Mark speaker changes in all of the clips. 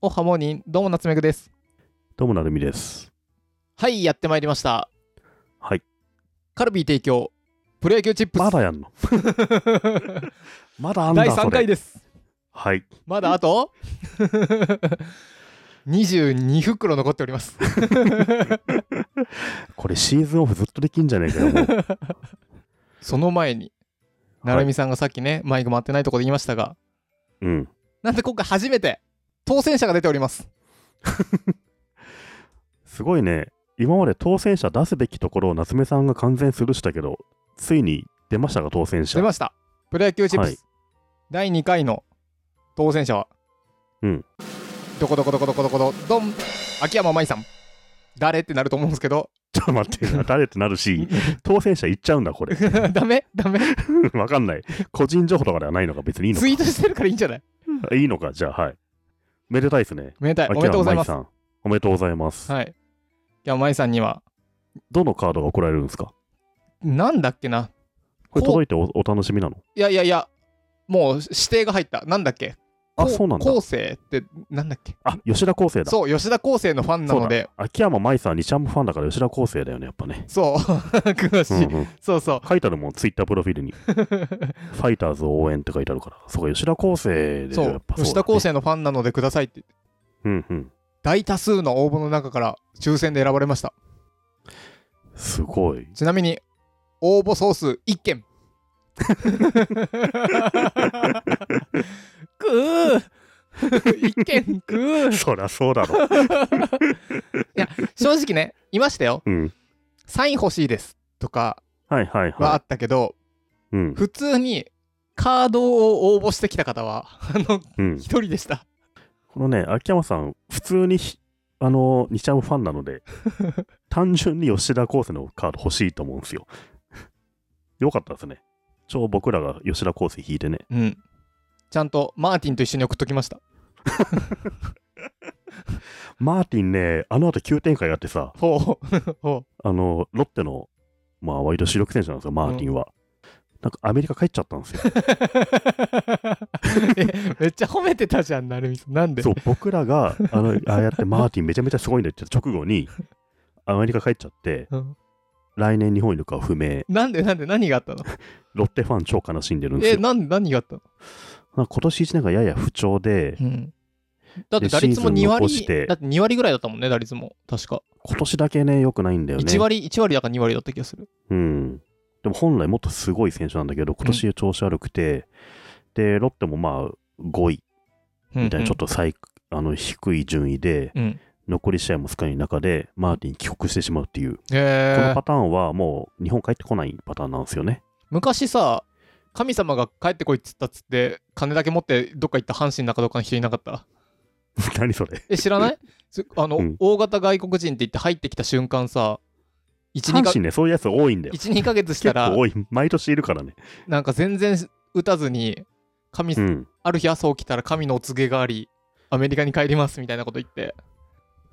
Speaker 1: おはモーニンどうも夏目ぐです
Speaker 2: どうもなるみです。
Speaker 1: はいやってまいりました
Speaker 2: はい。
Speaker 1: カルビー提供プロ野球チップス
Speaker 2: まだやんの まだあんだ
Speaker 1: 第3回
Speaker 2: で。
Speaker 1: です
Speaker 2: はい。
Speaker 1: まだあと 22袋残っております
Speaker 2: これシーズンオフずっとできんじゃねえかよ。もう
Speaker 1: その前になるみさんがさっきね、マイク回ってないとこで言いましたが
Speaker 2: うん。
Speaker 1: なんで今回初めて当選者が出ております
Speaker 2: すごいね。今まで当選者出すべきところを夏目さんが完全スルーしたけど、ついに出ましたが当選者。
Speaker 1: 出ましたプロ野球チップス、
Speaker 2: はい
Speaker 1: 第2回の当選者は
Speaker 2: うん
Speaker 1: どこどこどこどこどこどどん秋山舞さん誰ってなると思うんですけど
Speaker 2: ちょっと待ってな、誰ってなるし、当選者いっちゃうんだ、 これ。
Speaker 1: ダメダメ
Speaker 2: わかんない。個人情報とかではないのか、別にいいの
Speaker 1: ツイートしてるからいいんじゃない
Speaker 2: か。いいのか、じゃあ、はい。めでたいですね。
Speaker 1: めでたいおめでとうございます
Speaker 2: 秋山舞さん。おめでとうございます。
Speaker 1: はいじゃあ舞さんには
Speaker 2: どのカードが送られるんですか
Speaker 1: なんだっけな
Speaker 2: これ
Speaker 1: こ
Speaker 2: 届いておお楽しみなの
Speaker 1: いやいやいやもう指定が入ったなんだっけ
Speaker 2: あ
Speaker 1: こ
Speaker 2: そうなんだ
Speaker 1: 昴生ってなんだっけ
Speaker 2: あ、吉田康生だ。
Speaker 1: そう吉田昴生のファンなので
Speaker 2: 秋山舞さん、日ハムファンだから吉田康生だよね、やっぱね。
Speaker 1: そう 詳し
Speaker 2: うん
Speaker 1: い、
Speaker 2: うん
Speaker 1: そうそう
Speaker 2: 書いてあるもん、ツイッタープロフィールに。ファイターズ応援って書いてあるから。そうか、吉田康生で
Speaker 1: そ
Speaker 2: や
Speaker 1: う
Speaker 2: っぱそうだね、
Speaker 1: 吉田昴生のファンなのでくださいって
Speaker 2: うんうん。
Speaker 1: 大多数の応募の中から抽選で選ばれました
Speaker 2: すごい。
Speaker 1: ちなみに応募総数1件 くー1件くー
Speaker 2: そりゃそうだろ。
Speaker 1: 正直ねいましたよ
Speaker 2: うん。
Speaker 1: サイン欲しいですとか
Speaker 2: はいはい
Speaker 1: はあ
Speaker 2: は
Speaker 1: ったけど、
Speaker 2: い。うん。
Speaker 1: 普通にカードを応募してきた方はあの
Speaker 2: うん
Speaker 1: 一、人でした
Speaker 2: このね、秋山さん、普通にひ、あのー、日ハムファンなの で、単純に吉田康生のカード欲しいと思うんですよ。よかったですね。ちょう僕らが吉田康生引いてね。
Speaker 1: うんちゃんとマーティンと一緒に送っときました
Speaker 2: マーティンね、あの後急展開があってさ、
Speaker 1: ほう ほ
Speaker 2: あの、ロッテの、まあ、ワイド主力選手なんですよ、マーティンは。なんか、アメリカ帰っちゃったんですよ。
Speaker 1: うえめっちゃ褒めてたじゃんなるみさんなんで
Speaker 2: そう、僕らが、あの、ああやってマーティンめちゃめちゃすごいんだよって言った直後に、アメリカ帰っちゃって、
Speaker 1: うん
Speaker 2: 来年日本にいるか不明、
Speaker 1: なんでなんで何があったの
Speaker 2: ロッテファン超悲しんでるんです
Speaker 1: え
Speaker 2: よ。
Speaker 1: なんで何があったの、
Speaker 2: なんか今年1年がやや不調で、
Speaker 1: だって打率も
Speaker 2: でシ
Speaker 1: 2
Speaker 2: ーズン残
Speaker 1: 割
Speaker 2: して
Speaker 1: だって2割ぐらいだったもんね打率も確か、
Speaker 2: 今年だけね、良くないんだよね。
Speaker 1: 1割1割だか2割だった気がする
Speaker 2: うん。でも本来もっとすごい選手なんだけど、今年調子悪くて、で、ロッテもまあ、5位みたいな、ちょっ
Speaker 1: と
Speaker 2: と最、あの低い順位で、
Speaker 1: うん
Speaker 2: 残り試合も少ない中でマーティン帰国してしまうっていう、
Speaker 1: へ
Speaker 2: この
Speaker 1: ー
Speaker 2: パターンはもう日本帰ってこないパターンなんですよね。
Speaker 1: 昔さ神様が帰ってこいっつったっつって金だけ持ってどっか行った阪神中どっかの人いなかった
Speaker 2: 何それ
Speaker 1: え知らないすあの、
Speaker 2: うん
Speaker 1: 大型外国人って言って入ってきた瞬間さ12
Speaker 2: 阪
Speaker 1: か
Speaker 2: 神ね、そういうやつ多いんだよ。
Speaker 1: 1 2ヶ月し
Speaker 2: 結
Speaker 1: たら
Speaker 2: 構多い。毎年いるからね。
Speaker 1: なんか全然打たずに神、
Speaker 2: うん。
Speaker 1: ある日朝起きたら神のお告げがありアメリカに帰りますみたいなこと言って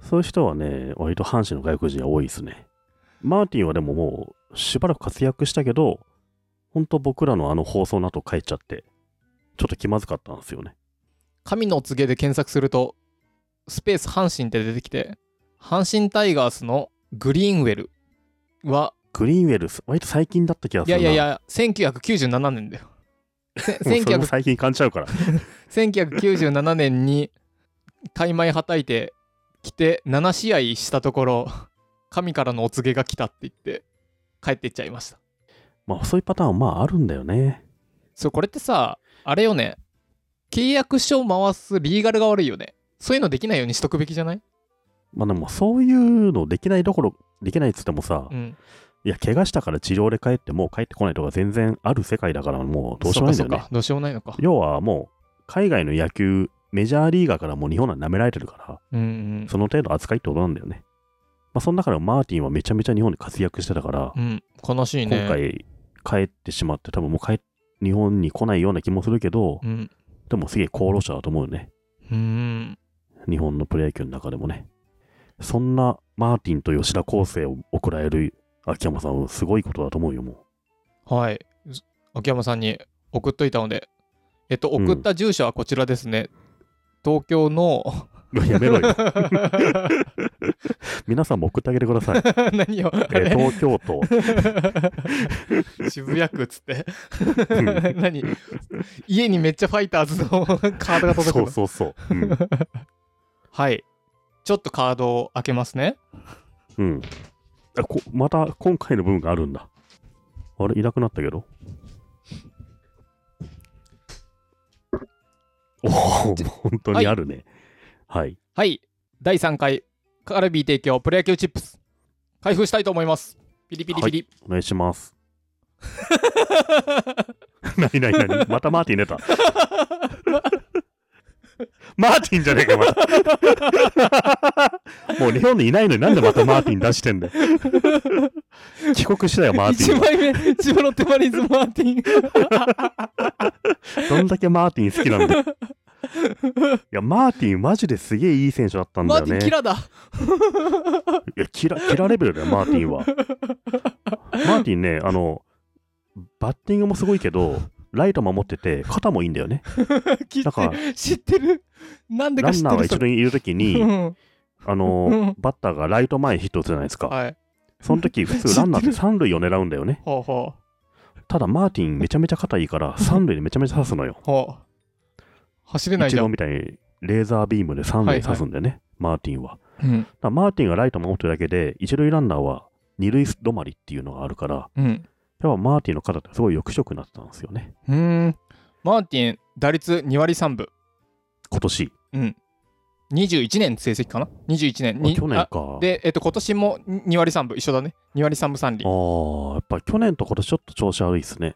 Speaker 2: そういう人はね、割と阪神の外国人は多いですね。マーティンはでももうしばらく活躍したけど、本当僕らのあの放送の後帰っちゃって、ちょっと気まずかったんですよね。
Speaker 1: 神のお告げで検索するとスペース阪神って出てきて阪神タイガースのグリーンウェルは
Speaker 2: グリーンウェルス、割と最近だった気が
Speaker 1: い
Speaker 2: する
Speaker 1: や
Speaker 2: な。
Speaker 1: いやいや1997年だよせ
Speaker 2: もうそれも
Speaker 1: 1900
Speaker 2: 最近感じちゃ うから。
Speaker 1: 1997年に大枚はたいてきて7試合したところ神からのお告げが来たって言って帰ってっちゃいました
Speaker 2: まあそういうパターンはまああるんだよね。
Speaker 1: そうこれってさあれよね契約書を回すリーガルが悪いよねそういうのできないようにしとくべきじゃない
Speaker 2: まあでもそういうのできないどころ、できないっつってもさ、
Speaker 1: うん
Speaker 2: いや、怪我したから治療で帰ってもう帰ってこないとか全然ある世界だからもうどうしようもないん
Speaker 1: そ
Speaker 2: だよ
Speaker 1: かそ
Speaker 2: ね
Speaker 1: か。どうしようもないのか
Speaker 2: 要はもう海外の野球、メジャーリーガーからもう日本は舐められてるから、
Speaker 1: うんうん
Speaker 2: その程度扱いってことなんだよね。まあその中でもマーティンはめちゃめちゃ日本で活躍してたから、
Speaker 1: うん、悲しいね。
Speaker 2: 今回帰ってしまって多分もう帰日本に来ないような気もするけど、
Speaker 1: うん。
Speaker 2: でもすげえ功労者だと思うよね。
Speaker 1: うん。
Speaker 2: 日本のプロ野球の中でもね。そんなマーティンと吉田康生を送られる秋山さんはすごいことだと思うよ、も
Speaker 1: はい。ず秋山さんに送っといたので、えっと、
Speaker 2: うん
Speaker 1: 送った住所はこちらですね。東京の
Speaker 2: やめろよ。 皆さんも送ってあげてくだ さい。
Speaker 1: 何を
Speaker 2: えー東京 都、
Speaker 1: 渋谷区っつって
Speaker 2: う
Speaker 1: 何家にめっちゃファイターズのカードが届く
Speaker 2: そ
Speaker 1: の
Speaker 2: うそうそう。うん。
Speaker 1: はいちょっとカードを開けますね
Speaker 2: うん、あこまた今回の分があるんだ。 あれ、いなくなったけど。おお、本当にあるね。はい。
Speaker 1: はい第3回カルビー提供プロ野球チップス開封したいと思いますピリピリピリ、
Speaker 2: お願い します。なになになにまたマーティン出た。マーティンじゃねえか、また。 もう日本にいないのになんでまたマーティン出してんだよ。帰国したよ、マーティ
Speaker 1: 1
Speaker 2: ンは。
Speaker 1: 枚目千葉ロッテマリーンズマーティン
Speaker 2: どんだけマーティン好きなんだよ。いや、マーティンマジですげえいい選手だったん
Speaker 1: マ
Speaker 2: だ
Speaker 1: ー
Speaker 2: よ
Speaker 1: ティ
Speaker 2: ね。
Speaker 1: ンキラだ
Speaker 2: いや、キラ、キラレベルだよ、マーティンは。マーティンね、あの、バッティングもすごいけど、ライト守ってて、肩もいいんだよね。
Speaker 1: 聞い
Speaker 2: だから
Speaker 1: て知ってるなんで
Speaker 2: ラ
Speaker 1: か知
Speaker 2: ン
Speaker 1: って
Speaker 2: ナーが
Speaker 1: る
Speaker 2: 一
Speaker 1: そ
Speaker 2: 塁にいるとき
Speaker 1: れう
Speaker 2: に、
Speaker 1: ん
Speaker 2: あ
Speaker 1: うん
Speaker 2: の、バッターがライト前にヒット打つじゃないですか。
Speaker 1: はい
Speaker 2: その時普
Speaker 1: 知ってる
Speaker 2: 通ランナーって三塁を狙うんだよね。
Speaker 1: ほうほう
Speaker 2: ただ、マーティンめちゃめちゃ肩いいから、三塁にめちゃめちゃ刺すのよ。
Speaker 1: ほう走れない
Speaker 2: 一
Speaker 1: じゃ
Speaker 2: 郎
Speaker 1: ん、
Speaker 2: みたいにレーザービームで三塁に刺すんだよね、マーティンは。
Speaker 1: うん
Speaker 2: だからマーティンがライト守ってるだけで、一塁ランナーは二塁止まりっていうのがあるから、
Speaker 1: うん、
Speaker 2: やっぱマーティンの肩ってすごい抑止力になってたんですよね。
Speaker 1: うーんマーティン打率2割3分
Speaker 2: 今年。
Speaker 1: うん21年成績かな21年に
Speaker 2: あ去年
Speaker 1: あ
Speaker 2: か。
Speaker 1: で、えっと、今年も2割3分一緒だね2割3分3
Speaker 2: あ
Speaker 1: 厘
Speaker 2: あ、やっぱり去年と今年ちょっと調子悪いですね。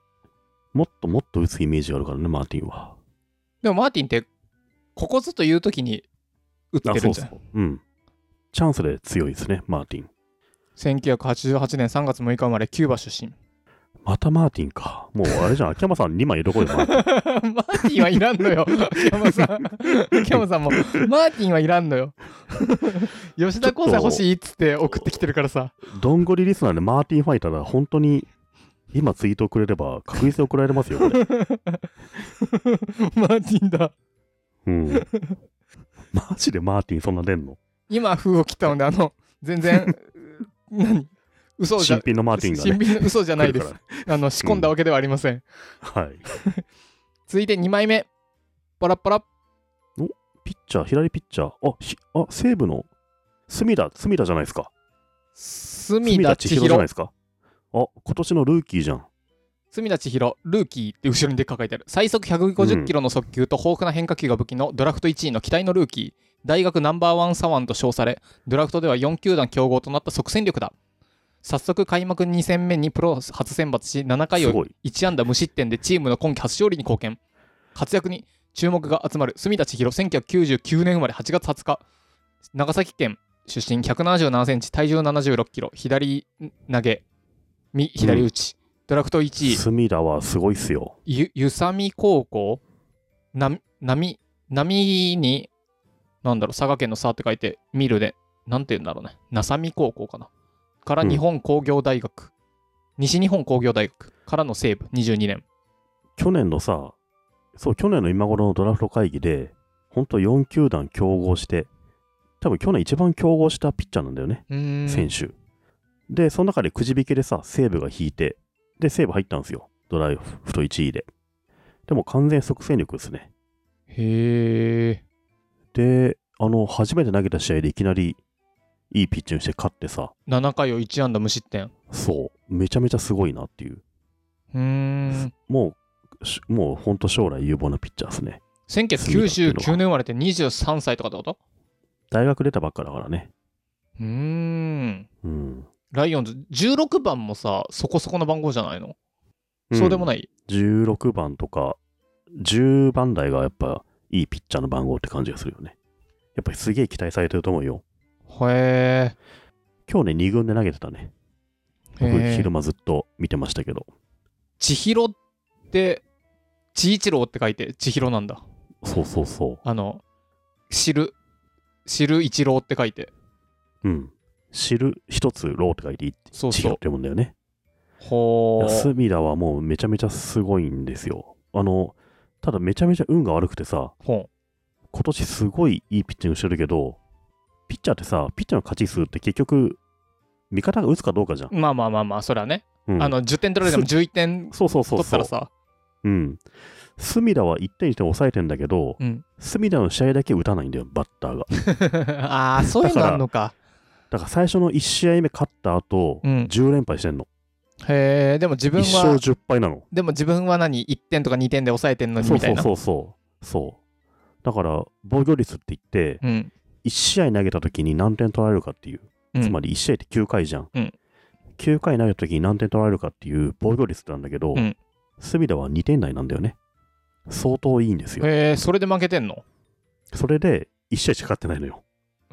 Speaker 2: もっともっと打つイメージがあるからね、マーティンは。
Speaker 1: でもマーティンってここぞという時に打って
Speaker 2: あ、
Speaker 1: る
Speaker 2: そ
Speaker 1: ん
Speaker 2: う
Speaker 1: じゃ
Speaker 2: そ。
Speaker 1: ないう
Speaker 2: うん。チャンスで強いですね、マーティン。
Speaker 1: 1988年3月6日生まれキューバ出身
Speaker 2: またマーティンか。もうあれじゃん、秋山さん2枚どこでマーテ ィ
Speaker 1: マーティンはいらんのよ秋山さ ん秋山さんもマーティンはいらんのよ吉田耕さん欲しいっつって送ってきてるからさ
Speaker 2: ン。どんぐりリスナーでマーティンファイターだ。本当に、今ツイートをくれれば確実に送られますよ、これ。
Speaker 1: マーティンだ
Speaker 2: うん。マジでマーティンそんな出んの
Speaker 1: 今封を切ったのであの全 然何嘘じゃ
Speaker 2: 新品のマーティンがね
Speaker 1: 新。品の嘘じゃないで
Speaker 2: 来
Speaker 1: す
Speaker 2: るか
Speaker 1: あの仕込んだわけではありません、
Speaker 2: らはい。
Speaker 1: 続いて2枚目パラッパラ
Speaker 2: ピッチャー、左ピッチャー。あ、ひあ西武の隅田、隅田じゃないですか。
Speaker 1: 隅田千
Speaker 2: じゃない
Speaker 1: 尋
Speaker 2: ですか。あ、今年のルーキーじゃん。
Speaker 1: 隅田千尋ルーキーって後ろにでっか書いてある最速150キロの速球と豊富な変化球が武器のドラフト1位の期待のルーキー大学ナンバーワン左腕と称されドラフトでは4球団競合となった即戦力だ早速開幕2戦目にプロ初選抜し7回
Speaker 2: す
Speaker 1: を
Speaker 2: ごい。
Speaker 1: 1安打無失点でチームの今季初勝利に貢献活躍に注目が集まる隅田千尋1999年生まれ8月20日長崎県出身1 7 7センチ体重7 6キロ左投げ右左打ち、ドラフト1位
Speaker 2: 隅田はすごいっすよ。
Speaker 1: ゆ湯佐美高校な波波になんだろう佐賀県の佐って書いてミルでなんて言うんだろうねなさみ高校かなから日本工業大学、西日本工業大学からの西部22年
Speaker 2: 去年のさ、そう、去年の今頃のドラフト会議で、ほんと4球団競合して、多分去年一番競合したピッチャーなんだよね、
Speaker 1: うーん
Speaker 2: 選手。で、その中でくじ引きでさ、西武が引いて、で、西武入ったんですよ。ドラフト1位で。でも完全即戦力ですね。
Speaker 1: へえ。
Speaker 2: で、あの、初めて投げた試合でいきなりいいピッチングして勝ってさ、
Speaker 1: 7回を1安打無失点。
Speaker 2: そう、めちゃめちゃすごいなっていう。
Speaker 1: うーん。
Speaker 2: もう、しもう本当将来有望なピッチャーですね。
Speaker 1: 1999年生まれて23歳とかってこと
Speaker 2: 大学出たばっかだからね。
Speaker 1: うーん。
Speaker 2: うん。。
Speaker 1: ライオンズ、16番もさ、そこそこの番号じゃないの、そうでもないい
Speaker 2: 16番とか、10番台がやっぱいいピッチャーの番号って感じがするよね。やっぱりすげえ期待されてると思うよ。
Speaker 1: へ
Speaker 2: 今日ね、2軍で投げてたね。
Speaker 1: え。
Speaker 2: 僕、
Speaker 1: へ
Speaker 2: 昼
Speaker 1: ー
Speaker 2: 間ずっと見てましたけど。
Speaker 1: 千尋って、千一郎って書いて千尋なんだ。
Speaker 2: そうそうそ
Speaker 1: あの、知る、知る一郎って書いて。
Speaker 2: う。うん。知る一つ、ローって書いていい。
Speaker 1: そう
Speaker 2: 千尋
Speaker 1: そ
Speaker 2: って読むんだよね。
Speaker 1: う。ほー。
Speaker 2: 隅田はもうめちゃめちゃすごいんですよ。あの、ただめちゃめちゃ運が悪くてさ、
Speaker 1: ほ
Speaker 2: 今年すごいいいピッチングしてるけど、ピッチャーってさ、ピッチャーの勝ち数って結局、味方が打つかどうかじゃん。
Speaker 1: まあまあまあまあ、それはね、
Speaker 2: うん、
Speaker 1: あの10点取られても11点
Speaker 2: そうそうそう
Speaker 1: 取っ
Speaker 2: そ
Speaker 1: た
Speaker 2: う
Speaker 1: ら。さ、
Speaker 2: うん。スミダは1点にして抑えてんだけど、
Speaker 1: うん
Speaker 2: スミダの試合だけ打たないんだよ、バッターが。
Speaker 1: ああ、そういうのあんのか。
Speaker 2: だから最初の1試合目勝った後、
Speaker 1: うん
Speaker 2: 10連敗してんの。
Speaker 1: へえ、でも自
Speaker 2: 1
Speaker 1: 分
Speaker 2: 勝
Speaker 1: は、
Speaker 2: 10敗なの。
Speaker 1: でも自分は何、1点とか2点で抑えてんのに
Speaker 2: そう
Speaker 1: みた
Speaker 2: そ
Speaker 1: いうな。
Speaker 2: そうそう。そう。だから、防御率って言って、
Speaker 1: うん
Speaker 2: 1試合投げた時に何点取られるかっていう、
Speaker 1: うん
Speaker 2: つまり1試合って9回じゃん。
Speaker 1: うん
Speaker 2: 9回投げた時に何点取られるかっていう防御率なんだけど、
Speaker 1: うん
Speaker 2: 隅田は2点台なんだよね。相当いいんですよ。
Speaker 1: へえ、それで負けてんの
Speaker 2: それで1試合しか勝ってないのよ。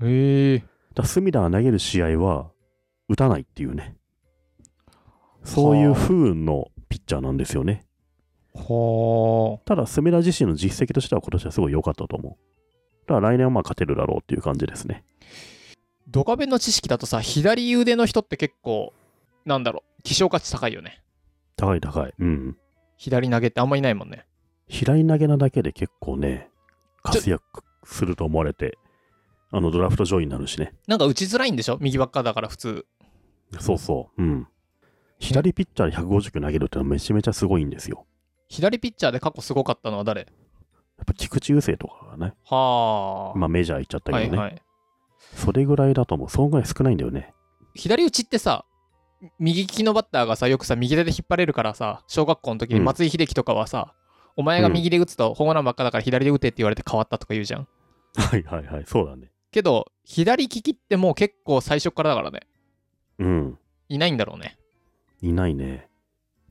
Speaker 1: へえ。
Speaker 2: だから隅田が投げる試合は打たないっていうね。そういう不運のピッチャーなんですよね。
Speaker 1: ほ
Speaker 2: ただ、隅田自身の実績としては今年はすごい良かったと思う。だから来年はまあ勝てるだろうっていう感じですね。
Speaker 1: う。ドカベンの知識だとさ、左腕の人って結構、なんだろう、希少価値高いよね。
Speaker 2: 高い高い。うん。
Speaker 1: 左投げってあんまいないもんね。
Speaker 2: 平井投げなだけで結構ね、活躍すると思われて、あのドラフト上位になるしね。
Speaker 1: なんか打ちづらいんでしょ右ばっかだから普通。
Speaker 2: そうそう。うん。左ピッチャーで150球投げるってのはめちゃめちゃすごいんですよ。
Speaker 1: 左ピッチャーで過去すごかったのは誰
Speaker 2: やっぱ菊池雄星とかがね、
Speaker 1: はあ。
Speaker 2: まあメジャー行っちゃったけど
Speaker 1: は
Speaker 2: ね、
Speaker 1: いはい。
Speaker 2: それぐらいだともう、そんぐらい少ないんだよね。
Speaker 1: 左打ちってさ、右利きのバッターがさ、よくさ、右手で引っ張れるからさ、小学校の時に
Speaker 2: うん
Speaker 1: 松井秀喜とかはさ、お前が右で打つとホームランばっかだから左で打てって言われて変わったとか言うじゃん。
Speaker 2: はいはいはい、そうだね。
Speaker 1: けど、左利きってもう結構最初からだからね。
Speaker 2: うん。
Speaker 1: いないんだろうね。
Speaker 2: いないね。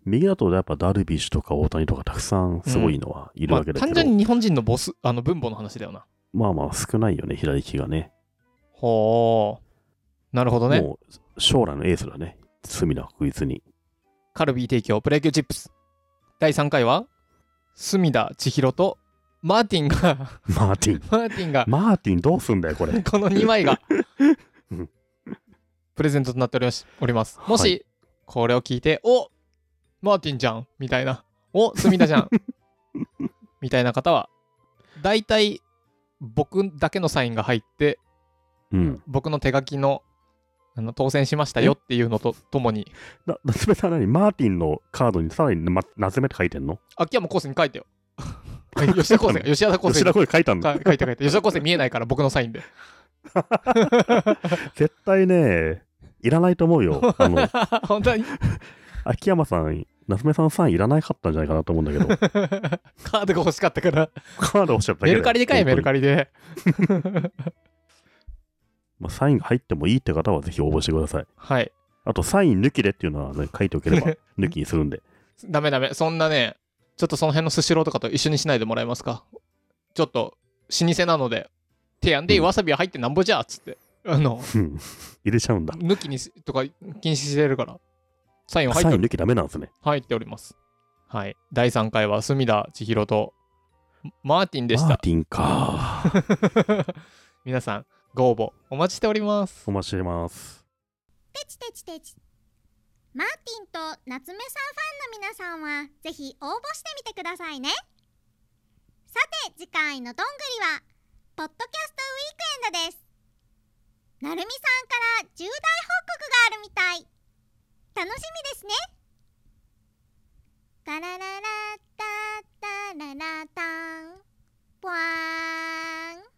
Speaker 2: 右だとやっぱダルビッシュとか大谷とかたくさんすごいのはいる
Speaker 1: ま
Speaker 2: わ
Speaker 1: あ、
Speaker 2: けだけ
Speaker 1: 単
Speaker 2: ど、
Speaker 1: 純に日本人のボス、あの分母の話だよな。
Speaker 2: まあまあ少ないよね、左利きがね。
Speaker 1: ほう。なるほどね。
Speaker 2: もう将来のエースだね、隅田確実に。
Speaker 1: カルビー提供プロ野球チップス。第3回は、隅田千尋とマーティンが、
Speaker 2: マーティン。
Speaker 1: マーティンが、
Speaker 2: マーティンどうすんだよ、こ れ。
Speaker 1: この2枚が
Speaker 2: うん、
Speaker 1: プレゼントとなっております。おりますもし、
Speaker 2: はい
Speaker 1: これを聞いて、おマーティンじゃんみたいな。お隅田じ ゃんみたいな方は、大体、僕だけのサインが入って、
Speaker 2: うん。
Speaker 1: 僕の手書きのあの当選しましたよっていうのとともに、
Speaker 2: な、夏目さん何マーティンのカードにさらに、ま、夏目って書いてんの
Speaker 1: 秋山昴生に書いてよ。 吉田昴生が、吉田昴
Speaker 2: 吉
Speaker 1: 生
Speaker 2: 田
Speaker 1: に
Speaker 2: これ書いたんだ。
Speaker 1: か書いて書いて、吉田昴生見えないから僕のサインで。
Speaker 2: 絶対ね、いらないと思 うよ。あの、
Speaker 1: 本当に
Speaker 2: 秋山さん、夏目さんサインいらないかったんじゃないかなと思うん だけど、
Speaker 1: カードが欲しかったから、
Speaker 2: カード欲しかったけ
Speaker 1: メルカリで買え、メル
Speaker 2: リ。
Speaker 1: カリで。
Speaker 2: まあ、サインが入ってもいいって方はぜひ応募してください。
Speaker 1: はい。
Speaker 2: あと、サイン抜きでっていうのは、ね、書いておけ れば抜きにするんで。
Speaker 1: ダメダメ、そんなね、ちょっとその辺のスシローとかと一緒にしないでもらえますか。ちょっと、老舗なので、手やんでい、
Speaker 2: うん
Speaker 1: わさびは入ってなんぼじゃっつって。あの、
Speaker 2: うん入れちゃうんだ。
Speaker 1: 抜きにすとか禁止してるから、サインを入
Speaker 2: サ
Speaker 1: っ
Speaker 2: イ
Speaker 1: て
Speaker 2: ン抜きダメなんですね。
Speaker 1: 入っております。はい。第3回は、隅田千尋と、マーティンでし
Speaker 2: マー
Speaker 1: た。
Speaker 2: ティンか。
Speaker 1: 皆さん、ご応募、お待ちしております
Speaker 2: お。待ちしてます。
Speaker 3: テチテチテチマーティンと夏目さんファンの皆さんはぜひ応募してみてくださいねさて次回のどんぐりはポッドキャストウィークエンドですなるみさんから重大報告があるみたい楽しみですねガラララッタッタララタンぽわーン